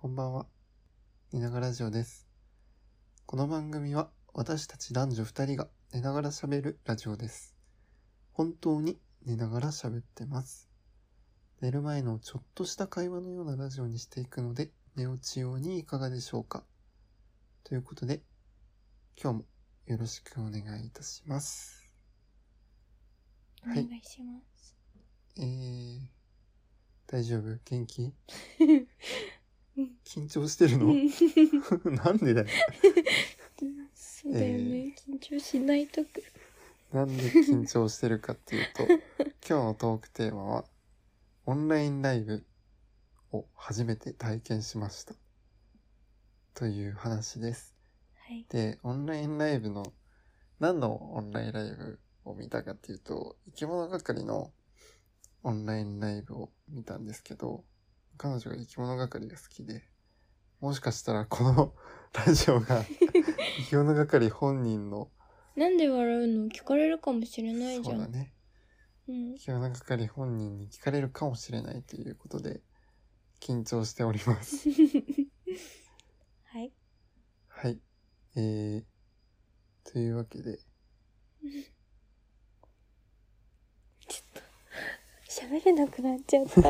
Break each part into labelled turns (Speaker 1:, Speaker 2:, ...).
Speaker 1: こんばんは。寝ながラジオです。この番組は私たち男女二人が寝ながら喋るラジオです。本当に寝ながら喋ってます。寝る前のちょっとした会話のようなラジオにしていくので、寝落ち用にいかがでしょうか。ということで、今日もよろしくお願いいたします。
Speaker 2: お
Speaker 1: はい
Speaker 2: 願いします。
Speaker 1: えー、大丈夫元気
Speaker 2: うん
Speaker 1: 緊張してるの なんでだよ。
Speaker 2: そうだよね、緊張しないとく。
Speaker 1: なんで緊張してるかっていう と、今日のトークテーマは、オンラインライブを初めて体験しました。という話です。
Speaker 2: はい。
Speaker 1: で、オンラインライブの、何のオンラインライブを見たかっていうと、生き物係のオンラインライブを見たんですけど、彼女が生き物係が好きで、もしかしたらこのラジオ が生き物係本人の、
Speaker 2: なんで笑うの聞かれるかもしれない
Speaker 1: そ
Speaker 2: じゃ。
Speaker 1: うんだね。
Speaker 2: うん。
Speaker 1: 清永係本人に聞かれるかもしれないということで、緊張しております。
Speaker 2: はい。
Speaker 1: はい。えー、というわけで、
Speaker 2: 喋れなくなっちゃった。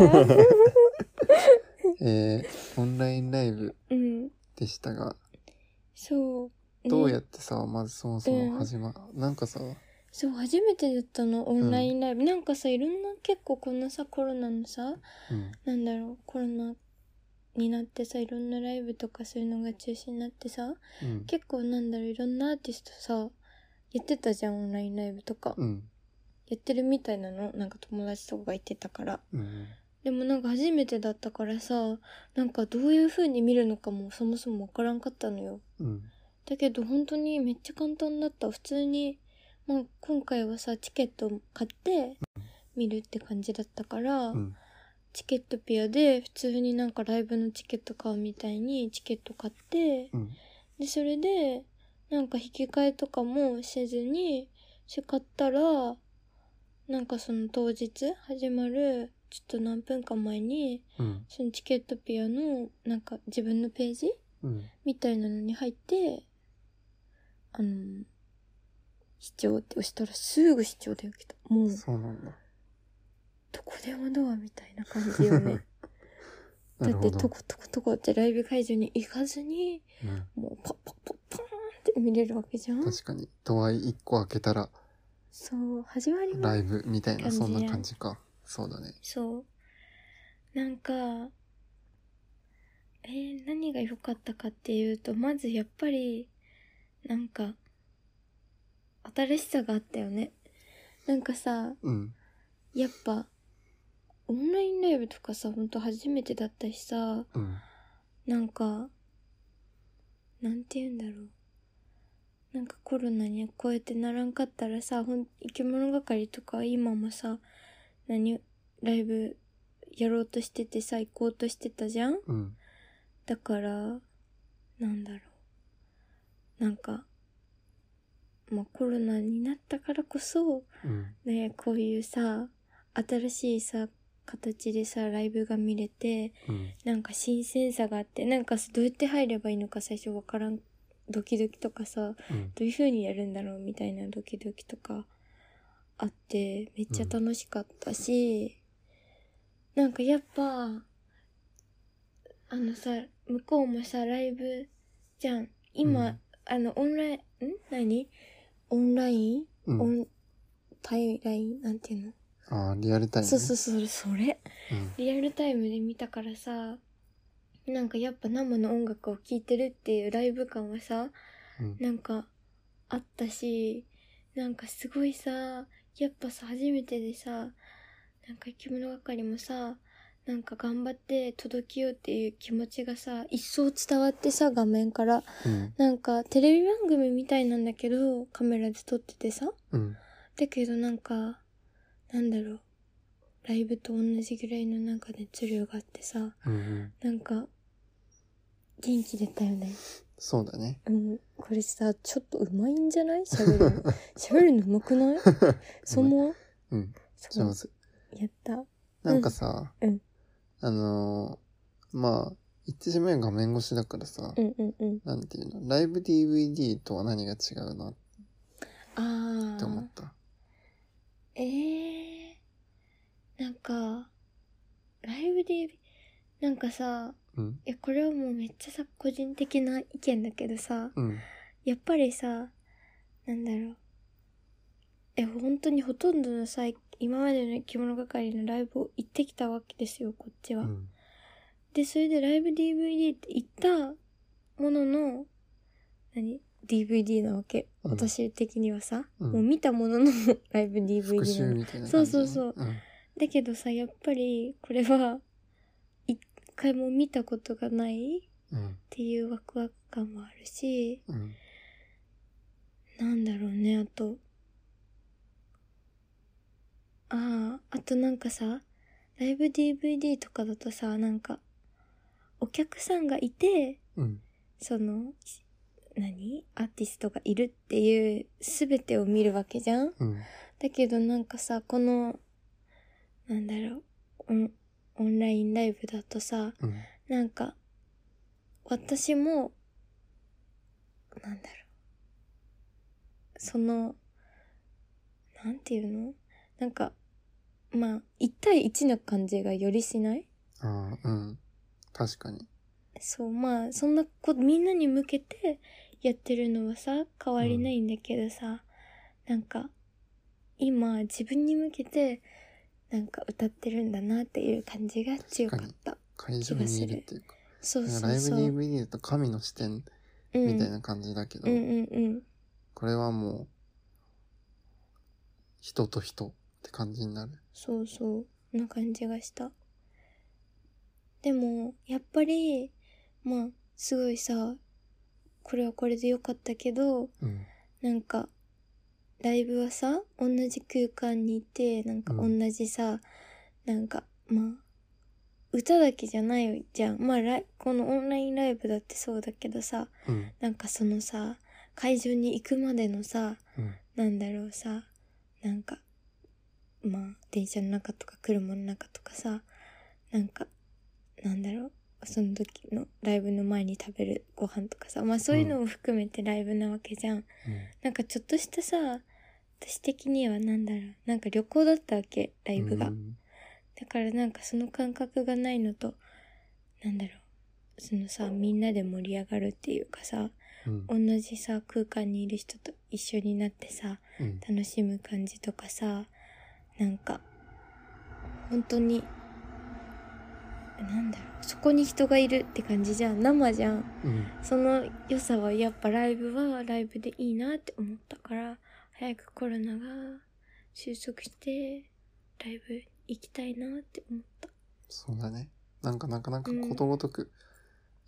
Speaker 1: えー、オンラインライブ
Speaker 2: うん。
Speaker 1: でしたが、
Speaker 2: そう。ね
Speaker 1: どうやってさ、まずそもそも始ま、なんかさ、
Speaker 2: そう、初めてだったの、オンラインライブ。なんかさ、いろんな結構このさ、コロナのさ、
Speaker 1: うん、
Speaker 2: なんだろう、コロナになってさ、いろんなライブとかそういうのが中止になってさ、
Speaker 1: うん、
Speaker 2: 結構なんだろう、いろんなアーティストさ、やってたじゃん、オンラインライブとか。
Speaker 1: うん、
Speaker 2: やってるみたいなのなんか友達とかが言ってたから
Speaker 1: うん、
Speaker 2: でもなんか初めてだったからさなんかどういう風に見るのかもそもそもわからんかったのよ
Speaker 1: うん、
Speaker 2: だけど本当にめっちゃ簡単だった普通に、まあ、今回はさチケット買って見るって感じだったから、
Speaker 1: うん、
Speaker 2: チケットピアで普通になんかライブのチケット買うみたいにチケット買って
Speaker 1: うん、
Speaker 2: でそれでなんか引き換えとかもせずにし買ったらなんかその当日始まるちょっと何分か前に
Speaker 1: うん、
Speaker 2: そのチケットピアのなんか自分のページ
Speaker 1: うん、
Speaker 2: みたいなのに入ってあの視聴って押したらすぐ視聴できたもう
Speaker 1: そうなんだ。
Speaker 2: どこでもドアみたいな感じよね
Speaker 1: な
Speaker 2: だ
Speaker 1: る
Speaker 2: って
Speaker 1: ほ
Speaker 2: と
Speaker 1: ど。
Speaker 2: ことことこってライブ会場に行かずに
Speaker 1: うん、
Speaker 2: もうパッパッパッパーンって見れるわけじゃん
Speaker 1: 確かに、度合い1個開けたら、
Speaker 2: そう、始まりま
Speaker 1: ラ
Speaker 2: す。
Speaker 1: イブみたいな、
Speaker 2: 感じ
Speaker 1: そ
Speaker 2: や
Speaker 1: んな感じか。そうだね。
Speaker 2: そう。なんか、えー何が良かったかっていうと、まずやっぱり、なんか、新しさがあったよね。なんかさ、
Speaker 1: うん、
Speaker 2: やっぱ、オンラインライブとかさ、ほんと初めてだったしさ、
Speaker 1: うん、
Speaker 2: なんか、なんて言うんだろう。なんかコロナにこうやってならんかったらさ、ほん生き物係とか今もさ、何、ライブやろうとしててさ、行こうとしてたじゃん
Speaker 1: うん、
Speaker 2: だから、なんだろう。なんか、まあコロナになったからこそ、
Speaker 1: うん、
Speaker 2: ね、こういうさ、新しいさ、形でさ、ライブが見れて、
Speaker 1: うん、
Speaker 2: なんか新鮮さがあってなんかさどうやって入ればいいのか最初わからんドキドキとかさ
Speaker 1: うん。
Speaker 2: どういう風にやるんだろうみたいなドキドキとかあってめっちゃ楽しかったし、なんかやっぱあのさ向こうもさライブじゃん今、
Speaker 1: うん
Speaker 2: あのオンラインん何オンライン、
Speaker 1: うん
Speaker 2: オンタイラインなんていうの、
Speaker 1: ああ、リアルタイム、ね。
Speaker 2: そうそうそうそれ
Speaker 1: うん。
Speaker 2: リアルタイムで見たからさなんかやっぱ生の音楽を聴いてるっていうライブ感はさ
Speaker 1: うん。
Speaker 2: なんかあったしなんかすごいさやっぱさ初めてでさなんか生き物係もさなんか頑張って届けようっていう気持ちがさ一層伝わってさ画面から
Speaker 1: うん。
Speaker 2: なんかテレビ番組みたいなんだけどカメラで撮っててさ
Speaker 1: うん。
Speaker 2: だけどなんか、なんだろう。ライブと同じぐらいのなんか熱量があってさ、
Speaker 1: うん。
Speaker 2: なんか、元気出たよね。
Speaker 1: そうだね。
Speaker 2: うん。これさ、ちょっと上手いんじゃない 喋るの。喋るの上手くないそう思う
Speaker 1: うん。
Speaker 2: そ
Speaker 1: 上
Speaker 2: う。
Speaker 1: 手。
Speaker 2: やった。
Speaker 1: なんかさ、
Speaker 2: うん
Speaker 1: あのーまあ、言ってしまえば画面越しだからさ、
Speaker 2: うんうんうん
Speaker 1: なんていうのライブ DVD とは何が違うなっ
Speaker 2: あ
Speaker 1: て思
Speaker 2: あ
Speaker 1: った
Speaker 2: ええー、なんかライブでなんかさ
Speaker 1: うん
Speaker 2: いやこれはもうめっちゃさ個人的な意見だけどさ
Speaker 1: うん
Speaker 2: やっぱりさなんだろうえ本当にほとんどのさ今までの着物係のライブを行ってきたわけですよこっち
Speaker 1: う
Speaker 2: は、
Speaker 1: ん
Speaker 2: でそれでライブ DVD って行ったものの何 DVD なわけ
Speaker 1: うん
Speaker 2: 私的にはさ、
Speaker 1: うん
Speaker 2: もう見たもののライブ
Speaker 1: 復習
Speaker 2: DVD なの
Speaker 1: みたいな感じだね
Speaker 2: そうそうそう
Speaker 1: うん
Speaker 2: だけどさやっぱりこれは一回も見たことがないっ
Speaker 1: うん
Speaker 2: ていうワクワク感もあるし
Speaker 1: うん
Speaker 2: なんだろうね、あと。ああ、あとなんかさ、ライブ DVD とかだとさ、なんか、お客さんがいて、
Speaker 1: うん
Speaker 2: その、し何アーティストがいるっていう全てを見るわけじゃん
Speaker 1: うん
Speaker 2: だけどなんかさ、この、なんだろう、オンオンラインライブだとさ、
Speaker 1: うん
Speaker 2: なんか、私も、なんだろう。その、なんていうのなんか、まあ、一対一な感じがよりしない
Speaker 1: ああうん確かに
Speaker 2: そう、まあ、そんなこ、みんなに向けてやってるのはさ、変わりないんだけどさ、なんか、今、自分に向けて、なんか歌ってるんだなっていう感じが強かった。
Speaker 1: 会場にいるっていうか
Speaker 2: そう
Speaker 1: なん
Speaker 2: そ
Speaker 1: かラ
Speaker 2: う
Speaker 1: イブ
Speaker 2: そう。
Speaker 1: DVD だと神の視点
Speaker 2: うん
Speaker 1: みたいな感じだけど、
Speaker 2: うんうんうん。
Speaker 1: これはもう人と人って感じになる
Speaker 2: そうそうな感じがしたでもやっぱりまあすごいさこれはこれで良かったけど
Speaker 1: うん
Speaker 2: なんかライブはさ同じ空間にいてなんか
Speaker 1: う
Speaker 2: 同
Speaker 1: ん
Speaker 2: じさ、なんかまあ歌だけじゃないじゃんまあライこのオンラインライブだってそうだけどさ
Speaker 1: うん
Speaker 2: なんかそのさ会場に行くまでのさ
Speaker 1: うん
Speaker 2: なんだろうさなんかまあ電車の中とか車の中とかさなんかなんだろうその時のライブの前に食べるご飯とかさまあそういうのも含めてライブなわけじゃん、なんかちょっとしたさ私的にはなんだろうなんか旅行だったわけラ
Speaker 1: うん
Speaker 2: イブが、
Speaker 1: うん
Speaker 2: だからなんかその感覚がないのとなんだろうそのさみんなで盛り上がるっていうかさ
Speaker 1: うん
Speaker 2: 同じさ空間にいる人と一緒になってさ
Speaker 1: うん
Speaker 2: 楽しむ感じとかさなんか本当になんだろうそこに人がいるって感じじゃん生じゃん
Speaker 1: うん
Speaker 2: その良さはやっぱライブはライブでいいなって思ったから早くコロナが収束してライブ行きたいなって思った
Speaker 1: そうだねなんかなかなか
Speaker 2: うん
Speaker 1: ことごとく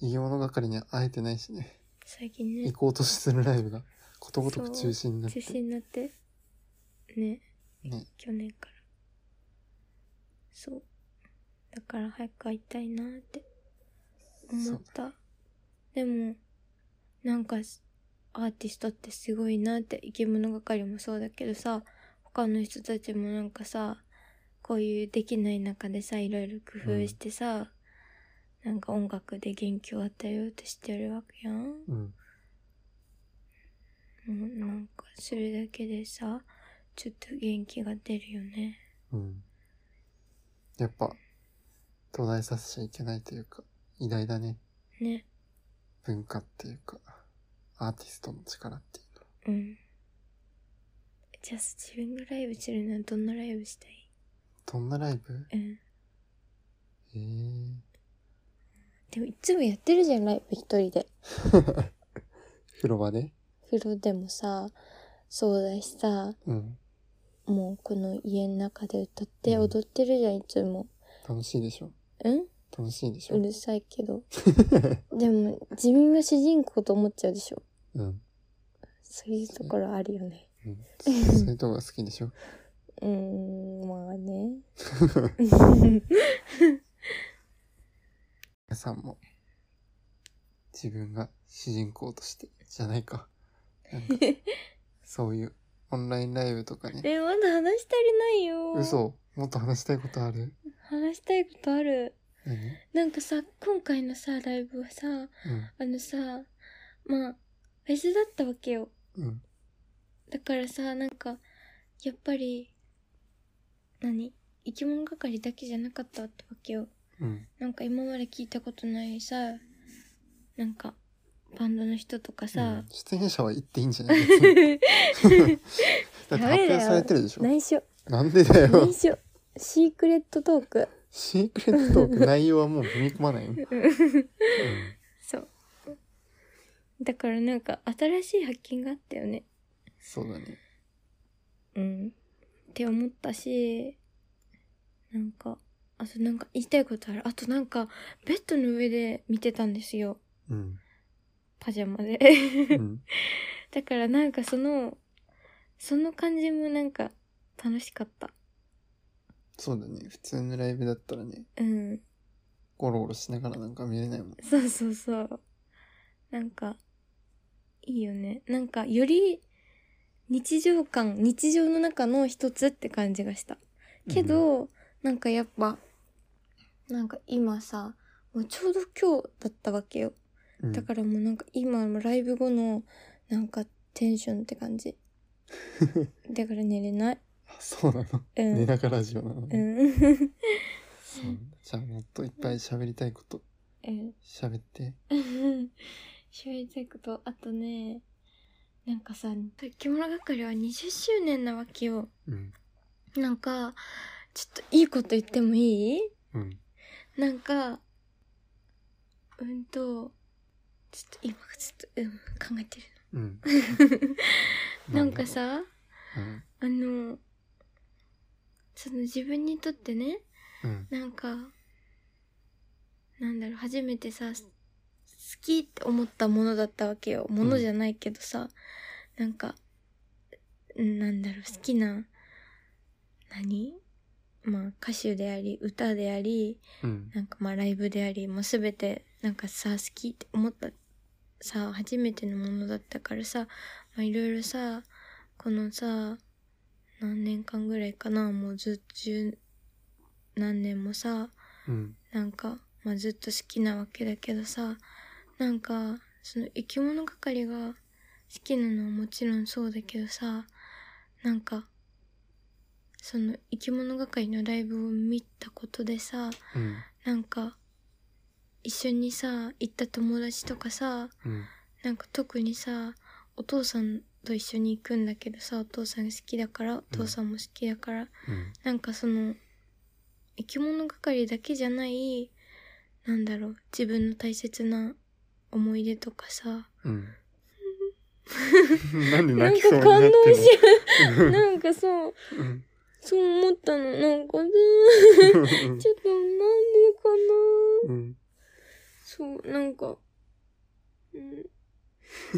Speaker 1: 異形の係には会えてないしね、
Speaker 2: 最近
Speaker 1: 行
Speaker 2: ね
Speaker 1: こうとするライブがことごとく中止になっ
Speaker 2: 中
Speaker 1: て
Speaker 2: 止になってね
Speaker 1: ね
Speaker 2: 去年からそうだから早く会いたいなって思ったでもなんかすアーティストってすごいなって生き物係もそうだけどさ他の人たちもなんかさこういうできない中でさいろいろ工夫してさ、なんか音楽で元気を与えようとしてるわけやん
Speaker 1: うん
Speaker 2: もうなんかそれだけでさちょっと元気が出るよね
Speaker 1: うんやっぱ途絶えさせちゃいけないというか偉大だね
Speaker 2: ね
Speaker 1: 文化っていうかアーティストの力っていうの
Speaker 2: うん。じゃあ自分がライブするのはどんなライブしたい
Speaker 1: どんなライブ
Speaker 2: うん。
Speaker 1: へえ
Speaker 2: でもいつもやってるじゃん、ライブ一人で。
Speaker 1: 風呂場で
Speaker 2: 風呂でもさ、そうだしさ、
Speaker 1: うん
Speaker 2: もうこの家の中で歌って
Speaker 1: うん
Speaker 2: 踊ってるじゃん、いつも。
Speaker 1: 楽しいでしょ
Speaker 2: うん
Speaker 1: 楽しいでしょ
Speaker 2: うるさいけ ど。でも自分が主人公と思っちゃうでしょ。
Speaker 1: うん、
Speaker 2: そういうところあるよね。
Speaker 1: うん、そういうとこが好きでしょ
Speaker 2: うーん、まあ ね。
Speaker 1: 皆さんも自分が主人公としてじゃないかなんかそういうオンラインライブとかね
Speaker 2: え、まだ話し足りないよ。
Speaker 1: 嘘もっと話したいことある
Speaker 2: 話したいことある。
Speaker 1: 何
Speaker 2: なんかさ今回のさライブはさあのさまあフェスだったわけよ
Speaker 1: うん。うん。
Speaker 2: だからさなんかやっぱり何生き物係だけじゃなかったってわけよ
Speaker 1: うん。
Speaker 2: なんか今まで聞いたことないさなんかバンドの人とか
Speaker 1: う
Speaker 2: さ、
Speaker 1: ん出演者は行っていいんじゃ ない別にだって発
Speaker 2: ダメだよ
Speaker 1: 表されてるでしょ
Speaker 2: 内緒
Speaker 1: なんでだよ
Speaker 2: 内。緒シークレットトーク
Speaker 1: シークレットトーク内容はもう踏み込まないよ。うん
Speaker 2: そうだからなんか新しい発見があったよね
Speaker 1: そうだね。
Speaker 2: うんって思ったしなんかあとなんか言いたいことあるあとなんかベッドの上で見てたんですよ
Speaker 1: うん。
Speaker 2: パジャマで
Speaker 1: うん。
Speaker 2: だからなんかそのその感じもなんか楽しかった
Speaker 1: そうだね。普通のライブだったらね、
Speaker 2: うん
Speaker 1: ゴロゴロしながらなんか見れないもん。
Speaker 2: そうそうそうなんかいいよねなんかより日常感日常の中の一つって感じがしたけど、なんかやっぱなんか今さもうちょうど今日だったわけよ
Speaker 1: うん、
Speaker 2: だからもうなんか今のライブ後のなんかテンションって感 じだから寝れない
Speaker 1: あそうなの。
Speaker 2: うん
Speaker 1: 寝ながらラジオなの
Speaker 2: う
Speaker 1: ね。
Speaker 2: ん
Speaker 1: そうなんだじゃあもっといっぱい喋りたいこと
Speaker 2: うん
Speaker 1: 喋って。
Speaker 2: 喋 りたいことあとねなんかさ着物係は20周年なわけよ
Speaker 1: うん。
Speaker 2: なんかちょっといいこと言ってもいい
Speaker 1: うん。
Speaker 2: なんかうんとちょっと今ちょっと、うん、考えて
Speaker 1: うん。
Speaker 2: るなんかさ
Speaker 1: うん。
Speaker 2: あのその自分にとってね
Speaker 1: うん。
Speaker 2: なんかなんだろう初めてさす好きって思ったものだったわけよものじゃないけどさ、なんかうんなんだろう好きな何まあ歌手であり歌であり
Speaker 1: うん。
Speaker 2: なんかまあライブでありもう全てなんかさ好きって思ったさ初めてのものだったからさまあいろいろさこのさ何年間ぐらいかなもうずっと十何年もさ
Speaker 1: うん。
Speaker 2: なんか、まあ、ずっと好きなわけだけどさなんかその生き物係が好きなのはもちろんそうだけどさなんかその生き物係のライブを見たことでさ
Speaker 1: うん。
Speaker 2: なんか一緒にさ行った友達とかさ
Speaker 1: うん。
Speaker 2: なんか特にさお父さんと一緒に行くんだけどさお父さんが好きだからお父さんも好きだから、
Speaker 1: うん。
Speaker 2: なんかその生き物係だけじゃないなんだろう自分の大切な思い出とかさ
Speaker 1: うん。なんで
Speaker 2: なん
Speaker 1: 泣き
Speaker 2: か
Speaker 1: そうに
Speaker 2: 感
Speaker 1: なって
Speaker 2: 動
Speaker 1: る
Speaker 2: しちゃうなんかそう
Speaker 1: うん
Speaker 2: そう思ったのなんかね
Speaker 1: うん
Speaker 2: ちょっとなんでかな
Speaker 1: うん
Speaker 2: そうなんかうん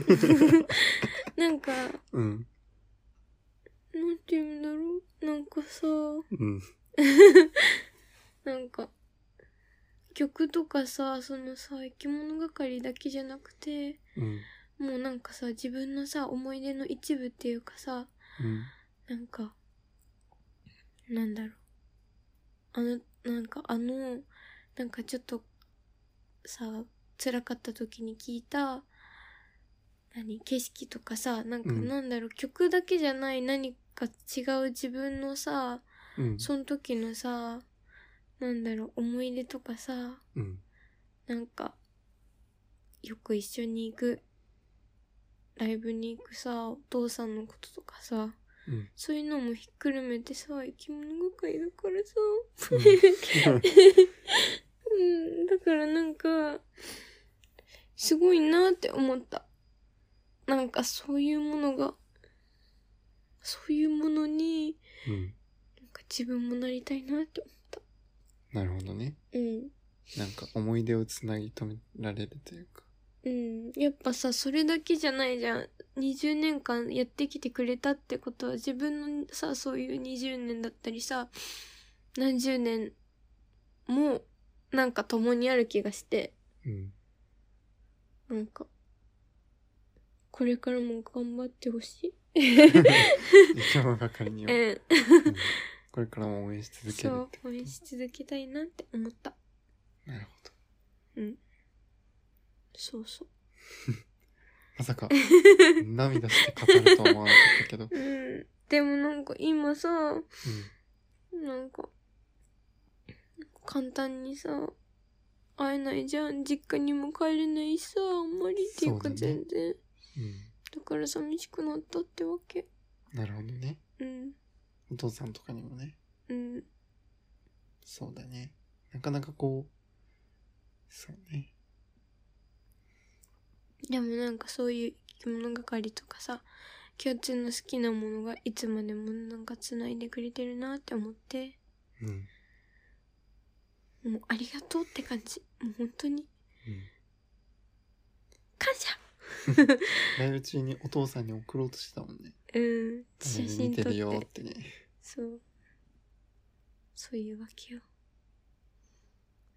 Speaker 2: なんか
Speaker 1: うん
Speaker 2: なんて言うんだろうなんかさ
Speaker 1: うん
Speaker 2: なんか曲とかさそのさ生き物係だけじゃなくて
Speaker 1: うん
Speaker 2: もうなんかさ自分のさ思い出の一部っていうかさ
Speaker 1: うん
Speaker 2: なんかなんだろうあのなんかあのなんかちょっとさ辛かった時に聞いた何景色とかさなんか
Speaker 1: うん
Speaker 2: なんだろう、曲だけじゃない何か違う自分のさ
Speaker 1: うん
Speaker 2: その時のさなんだろう思い出とかさ
Speaker 1: うん
Speaker 2: なんか、よく一緒に行く、ライブに行くさ、お父さんのこととかさ、
Speaker 1: うん
Speaker 2: そういうのもひっくるめてさ、生き物係だからさ、うん、だからなんか、すごいなって思った。なんかそういうものが、そういうものに、
Speaker 1: うん
Speaker 2: なんか自分もなりたいなって思った。
Speaker 1: なるほどね
Speaker 2: うん。
Speaker 1: なんか思い出をつなぎ止められるというか
Speaker 2: うん、やっぱさそれだけじゃないじゃん20年間やってきてくれたってことは自分のさそういう20年だったりさ何十年もなんか共にある気がして
Speaker 1: うん
Speaker 2: なんかこれからも頑張ってほしい。
Speaker 1: 一応係には
Speaker 2: うん、
Speaker 1: これからも応援し続け
Speaker 2: そ
Speaker 1: るっ
Speaker 2: う
Speaker 1: て
Speaker 2: 応援し続けたいなって思った。
Speaker 1: なるほど。
Speaker 2: うんそうそう
Speaker 1: まさか、涙して語るとは思わなかったけど。うん。
Speaker 2: うんでもなんか今さなんか簡単にさ会えないじゃん実家にも帰れないしさあんまりっていうか
Speaker 1: そうだね
Speaker 2: 全然だ,、
Speaker 1: うん。
Speaker 2: から寂しくなったってわけ
Speaker 1: なるほどね。
Speaker 2: うん
Speaker 1: お父さんとかにもね。
Speaker 2: うん
Speaker 1: そうだね。なかなかこう、そうね。
Speaker 2: でもなんかそういう生き物係とかさ共通の好きなものがいつまでもなんかつないでくれてるなって思って
Speaker 1: うん。うん。
Speaker 2: もうありがとうって感じもう本当に感謝
Speaker 1: ライブ中にお父さんに送ろうとしてたもんね。
Speaker 2: うん写真
Speaker 1: 見て
Speaker 2: 撮
Speaker 1: る
Speaker 2: って
Speaker 1: よってね。
Speaker 2: そうそういうわけよ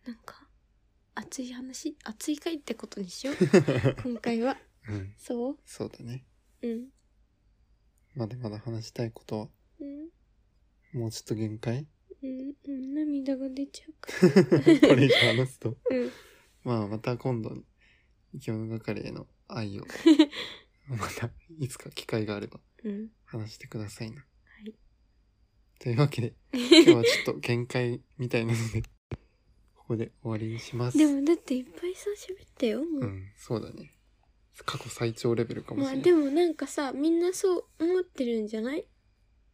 Speaker 2: なんか熱い話熱い回ってことに しよう今回は
Speaker 1: うん。
Speaker 2: そ
Speaker 1: そうだね。
Speaker 2: ううん
Speaker 1: まだまだ話したいことは、
Speaker 2: うん
Speaker 1: もうちょっと限界
Speaker 2: うんうん涙が出ちゃうか
Speaker 1: これ以上話すと。
Speaker 2: らうん
Speaker 1: まあ、また今度、生き物係への愛 を、また、いつか機会があれば
Speaker 2: うん
Speaker 1: 話してくださいな。
Speaker 2: はい
Speaker 1: というわけで、今日はちょっと限界みたいなので、ここで終わりにします。
Speaker 2: でもだっていっぱいさ喋ったよも
Speaker 1: う
Speaker 2: う、
Speaker 1: ん、そうだね。過去最長レベルかもしれ
Speaker 2: まあ
Speaker 1: ない。
Speaker 2: でもなんかさみんなそう思ってるんじゃない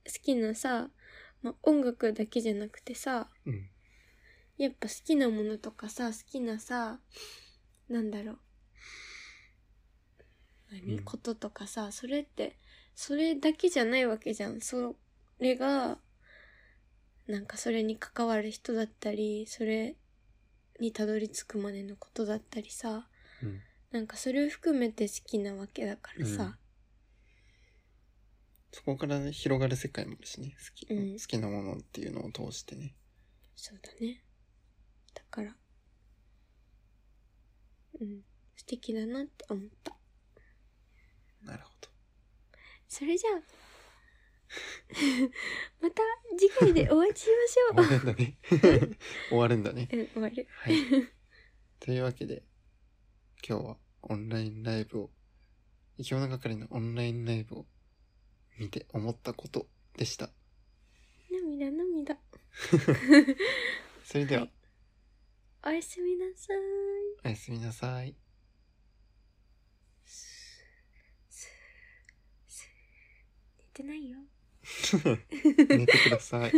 Speaker 2: 好きなさ、まあ、音楽だけじゃなくてさ
Speaker 1: うん、
Speaker 2: やっぱ好きなものとかさ好きなさなんだろう何、
Speaker 1: うん
Speaker 2: こととかさそれってそれだけじゃないわけじゃんそれがなんかそれに関わる人だったりそれにたどり着くまでのことだったりさ
Speaker 1: うん。
Speaker 2: なんかそれを含めて好きなわけだからさ、
Speaker 1: そこから、ね、広がる世界もあるしね、好き、
Speaker 2: うん
Speaker 1: 好きなものっていうのを通してね。
Speaker 2: そうだねだからうん素敵だなって思った
Speaker 1: なるほ ど。
Speaker 2: それじゃあまた次回でお会いしま
Speaker 1: 終わるん
Speaker 2: し
Speaker 1: だ ね。終わるんだね。
Speaker 2: ょう。うん、終わる。
Speaker 1: はい。 というわけで、今日はオンラインライブを、生き物係のオンラインライブを見て思ったことでした。
Speaker 2: 涙涙。
Speaker 1: それでは、
Speaker 2: はいおやすみなさい。
Speaker 1: おやすみなさい。
Speaker 2: 寝てないよ。
Speaker 1: 寝てください。